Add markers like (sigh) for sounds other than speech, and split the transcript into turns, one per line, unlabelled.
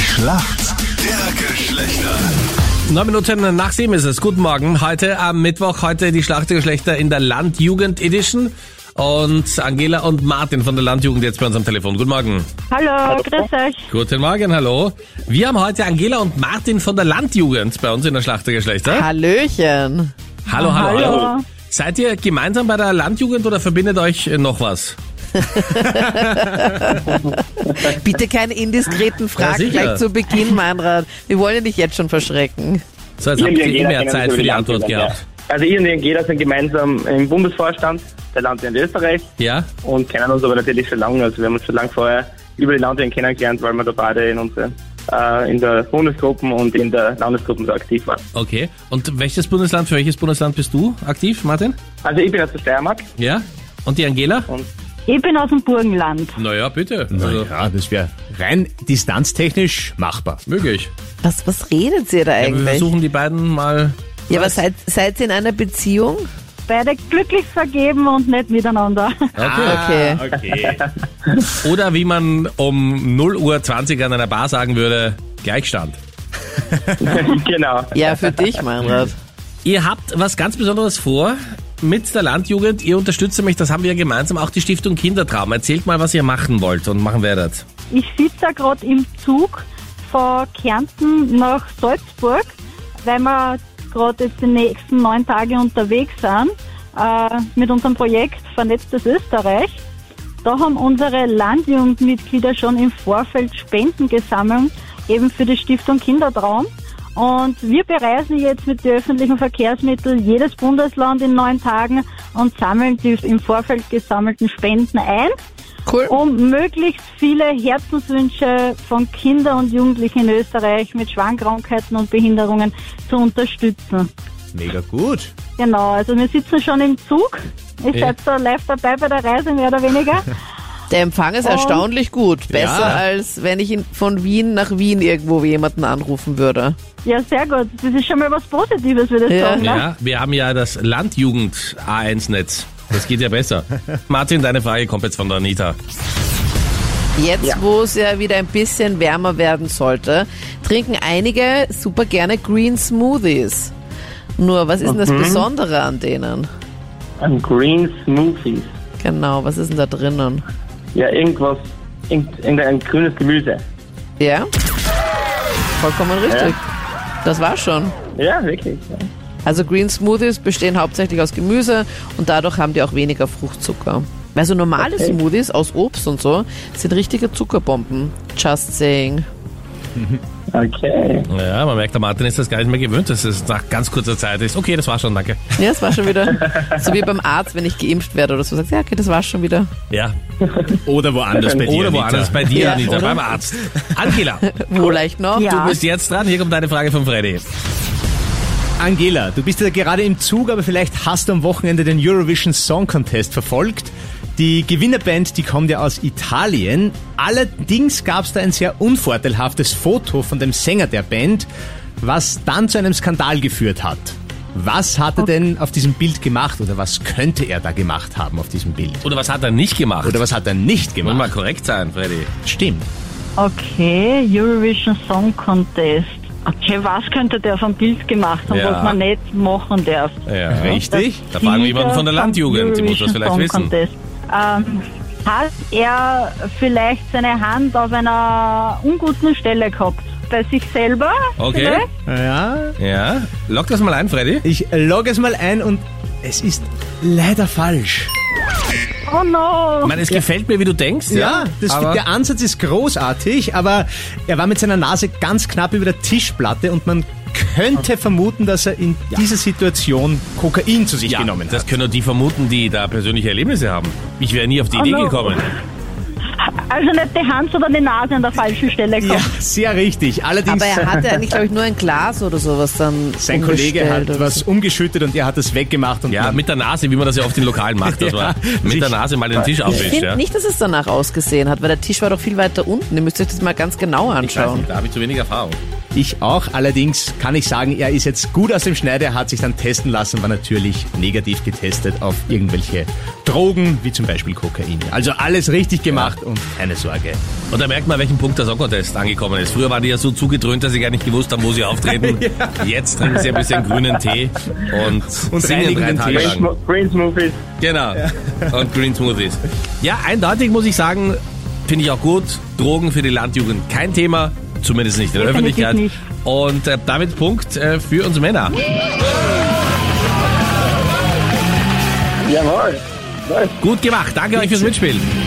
Schlacht der Geschlechter.
Neun Minuten nach sieben ist es. Guten Morgen. Heute am Mittwoch, heute die Schlacht der Geschlechter in der Landjugend Edition. Und Angela und Martin von der Landjugend jetzt bei uns am Telefon. Guten Morgen.
Hallo, grüß euch.
Guten Morgen, hallo. Wir haben heute Angela und Martin von der Landjugend bei uns in der Schlacht der Geschlechter.
Hallöchen.
Hallo, hallo, hallo.
Hallo.
Seid ihr gemeinsam bei der Landjugend oder verbindet euch noch was?
Bitte keine indiskreten Fragen
sicher.
gleich zu Beginn, Meinrad. Wir wollen ja dich jetzt schon verschrecken.
So, jetzt habt
Irgendwie
ihr eh
jeder
mehr
kennt
Zeit
so
für die
Land-
Antwort
ja.
gehabt.
Also ich und die jeder sind gemeinsam im Bundesvorstand der Landwirte in Österreich
Ja?
und kennen uns aber natürlich schon lange. Also wir haben uns schon lange vorher über die Landwirte kennengelernt, weil wir da beide in unseren äh, in der Bundesgruppen und in der Landesgruppen so aktiv waren.
Okay. Und welches Bundesland, für welches Bundesland bist du aktiv, Martin?
Also ich bin aus der Steiermark
Ja? Und die Angela?
Ich bin aus dem Burgenland.
Naja, bitte. Also,
Naja, das wäre rein distanztechnisch machbar.
Möglich.
Was, was redet ihr da
Also Wir
eigentlich?
versuchen die beiden mal.
Ja, aber seid, seid ihr in einer Beziehung?
Beide glücklich vergeben und nicht miteinander.
Ah.
Okay.
Ah, Okay.
Oder wie man um 0 Uhr 20 an einer Bar sagen würde, Gleichstand.
genau.
Ja, für dich, Meinrad.
Ihr habt was ganz Besonderes vor mit der Landjugend. Ihr unterstützt mich, das haben wir gemeinsam, auch die Stiftung Kindertraum. Erzählt mal, was ihr machen wollt und machen werdet.
Ich sitze da gerade im Zug von Kärnten nach Salzburg, weil wir gerade jetzt die nächsten neun Tage unterwegs sind äh, mit unserem Projekt Vernetztes Österreich. Da haben unsere Landjugendmitglieder schon im Vorfeld Spenden gesammelt, eben für die Stiftung Kindertraum. Und wir bereisen jetzt mit den öffentlichen Verkehrsmitteln jedes Bundesland in neun Tagen und sammeln die im Vorfeld gesammelten Spenden ein
Cool.
um möglichst viele Herzenswünsche von Kindern und Jugendlichen in Österreich mit Schwankrankheiten und Behinderungen zu unterstützen.
Mega gut.
Genau, also wir sitzen schon im Zug. Ihr
Ja.
seid so live dabei bei der Reise, mehr
(laughs)
oder weniger.
Der Empfang ist
Und-
erstaunlich gut. Besser
Ja.
als wenn ich in, von Wien nach Wien irgendwo jemanden anrufen würde.
Ja, sehr gut. Das ist schon mal was Positives, würde ich
Ja.
sagen. Ne?
Ja, wir haben ja das Landjugend A1-Netz. Das geht ja
(laughs)
besser. Martin, deine Frage kommt jetzt von der Anita.
Jetzt, wo es ja wieder ein bisschen wärmer werden sollte, trinken einige super gerne Green Smoothies. Nur, was ist denn das Besondere an denen?
Ein Green Smoothies.
Genau, was ist denn da drinnen?
Ja, irgendwas, irgend- irgendein grünes Gemüse.
Ja? Vollkommen richtig. Das war's schon.
Ja, wirklich. Ja.
Also Green Smoothies bestehen hauptsächlich aus Gemüse und dadurch haben die auch weniger Fruchtzucker. Weil so normale Smoothies aus Obst und so sind richtige Zuckerbomben. Just saying.
Okay.
Ja, man merkt, der Martin ist das gar nicht mehr gewöhnt, dass es nach ganz kurzer Zeit ist. Okay, das war schon, danke.
Ja, das war schon (laughs) wieder. So wie beim Arzt, wenn ich geimpft werde oder so, sagst du, ja, okay, das war schon wieder.
Ja,
Oder woanders bei dir.
oder woanders bei dir,
Ja,
Anita,
oder?
beim Arzt. Angela,
Wo leicht noch?
Ja.
du bist jetzt dran. Hier kommt deine Frage von Freddy.
Angela, du bist ja gerade im Zug, aber vielleicht hast du am Wochenende den Eurovision Song Contest verfolgt. Die Gewinnerband, die kommt ja aus Italien. Allerdings gab es da ein sehr unvorteilhaftes Foto von dem Sänger der Band, was dann zu einem Skandal geführt hat. Was hat er denn auf diesem Bild gemacht oder was könnte er da gemacht haben auf diesem Bild?
Oder was hat er nicht gemacht?
Oder was hat er nicht
Wollen wir mal
gemacht?
korrekt sein, Freddy.
Stimmt.
Okay, Eurovision Song Contest. Okay, was könnte der vom Bild gemacht haben,
Ja.
was man nicht machen darf?
Ja.
Richtig?
Da fragen wir
Sieger
jemanden von der
vom
Landjugend, die muss das
Eurovision
vielleicht
Song
wissen.
Contest. Ähm, hat er vielleicht seine Hand auf einer unguten Stelle gehabt? Bei sich selber?
Okay.
vielleicht?
Ja,
Ja, lock das mal ein, Freddy.
ich logge es mal ein und es ist leider falsch.
Oh no!
Ich meine, es gefällt mir, wie du denkst. Ja,
Ja, das,
aber
der Ansatz ist großartig, aber er war mit seiner Nase ganz knapp über der Tischplatte und man könnte vermuten, dass er in dieser Situation Kokain zu sich
ja,
genommen
das
hat.
können nur die vermuten, die da persönliche Erlebnisse haben. Ich wäre nie auf die Idee
no.
gekommen.
Also nicht die Hand, sondern die Nase an der falschen Stelle
Ja,
gehabt.
sehr richtig. Allerdings,
Aber er hatte eigentlich, glaube ich, nur ein Glas oder sowas dann.
sein Kollege
umgestellt
hat
oder
was
so.
umgeschüttet und er hat es weggemacht. Und
Ja,
man,
mit der Nase, wie man das ja oft in Lokalen (laughs) macht, dass
Ja,
man mit der
sicher.
Nase mal den Tisch
Ich
aufwischt.
finde
Ja.
nicht, dass es danach ausgesehen hat, weil der Tisch war doch viel weiter unten. Ihr müsst euch das mal ganz genau
Ich weiß
anschauen.
nicht, da habe ich zu wenig Erfahrung.
Ich auch. Allerdings kann ich sagen, er ist jetzt gut aus dem Schneider, Er hat sich dann testen lassen, war natürlich negativ getestet auf irgendwelche Drogen, wie zum Beispiel Kokain. Also alles richtig gemacht und keine Sorge.
Und da merkt man, welchen Punkt der Soccer-Test angekommen ist. Früher waren die ja so zugedröhnt, dass sie gar nicht gewusst haben, wo sie
(laughs)
auftreten. Jetzt trinken sie ein bisschen grünen Tee und,
Und
singen
reinigen
drei
den
Tage
Tee.
lang.
Brain Smoothies.
Genau. Und Green Smoothies. Ja, eindeutig muss ich sagen, finde ich auch gut. Drogen für die Landjugend kein Thema, zumindest nicht in der
Definitiv
Öffentlichkeit.
nicht.
Und äh, damit Punkt äh, für uns Männer.
Jawohl.
Gut gemacht. Danke euch fürs Mitspielen.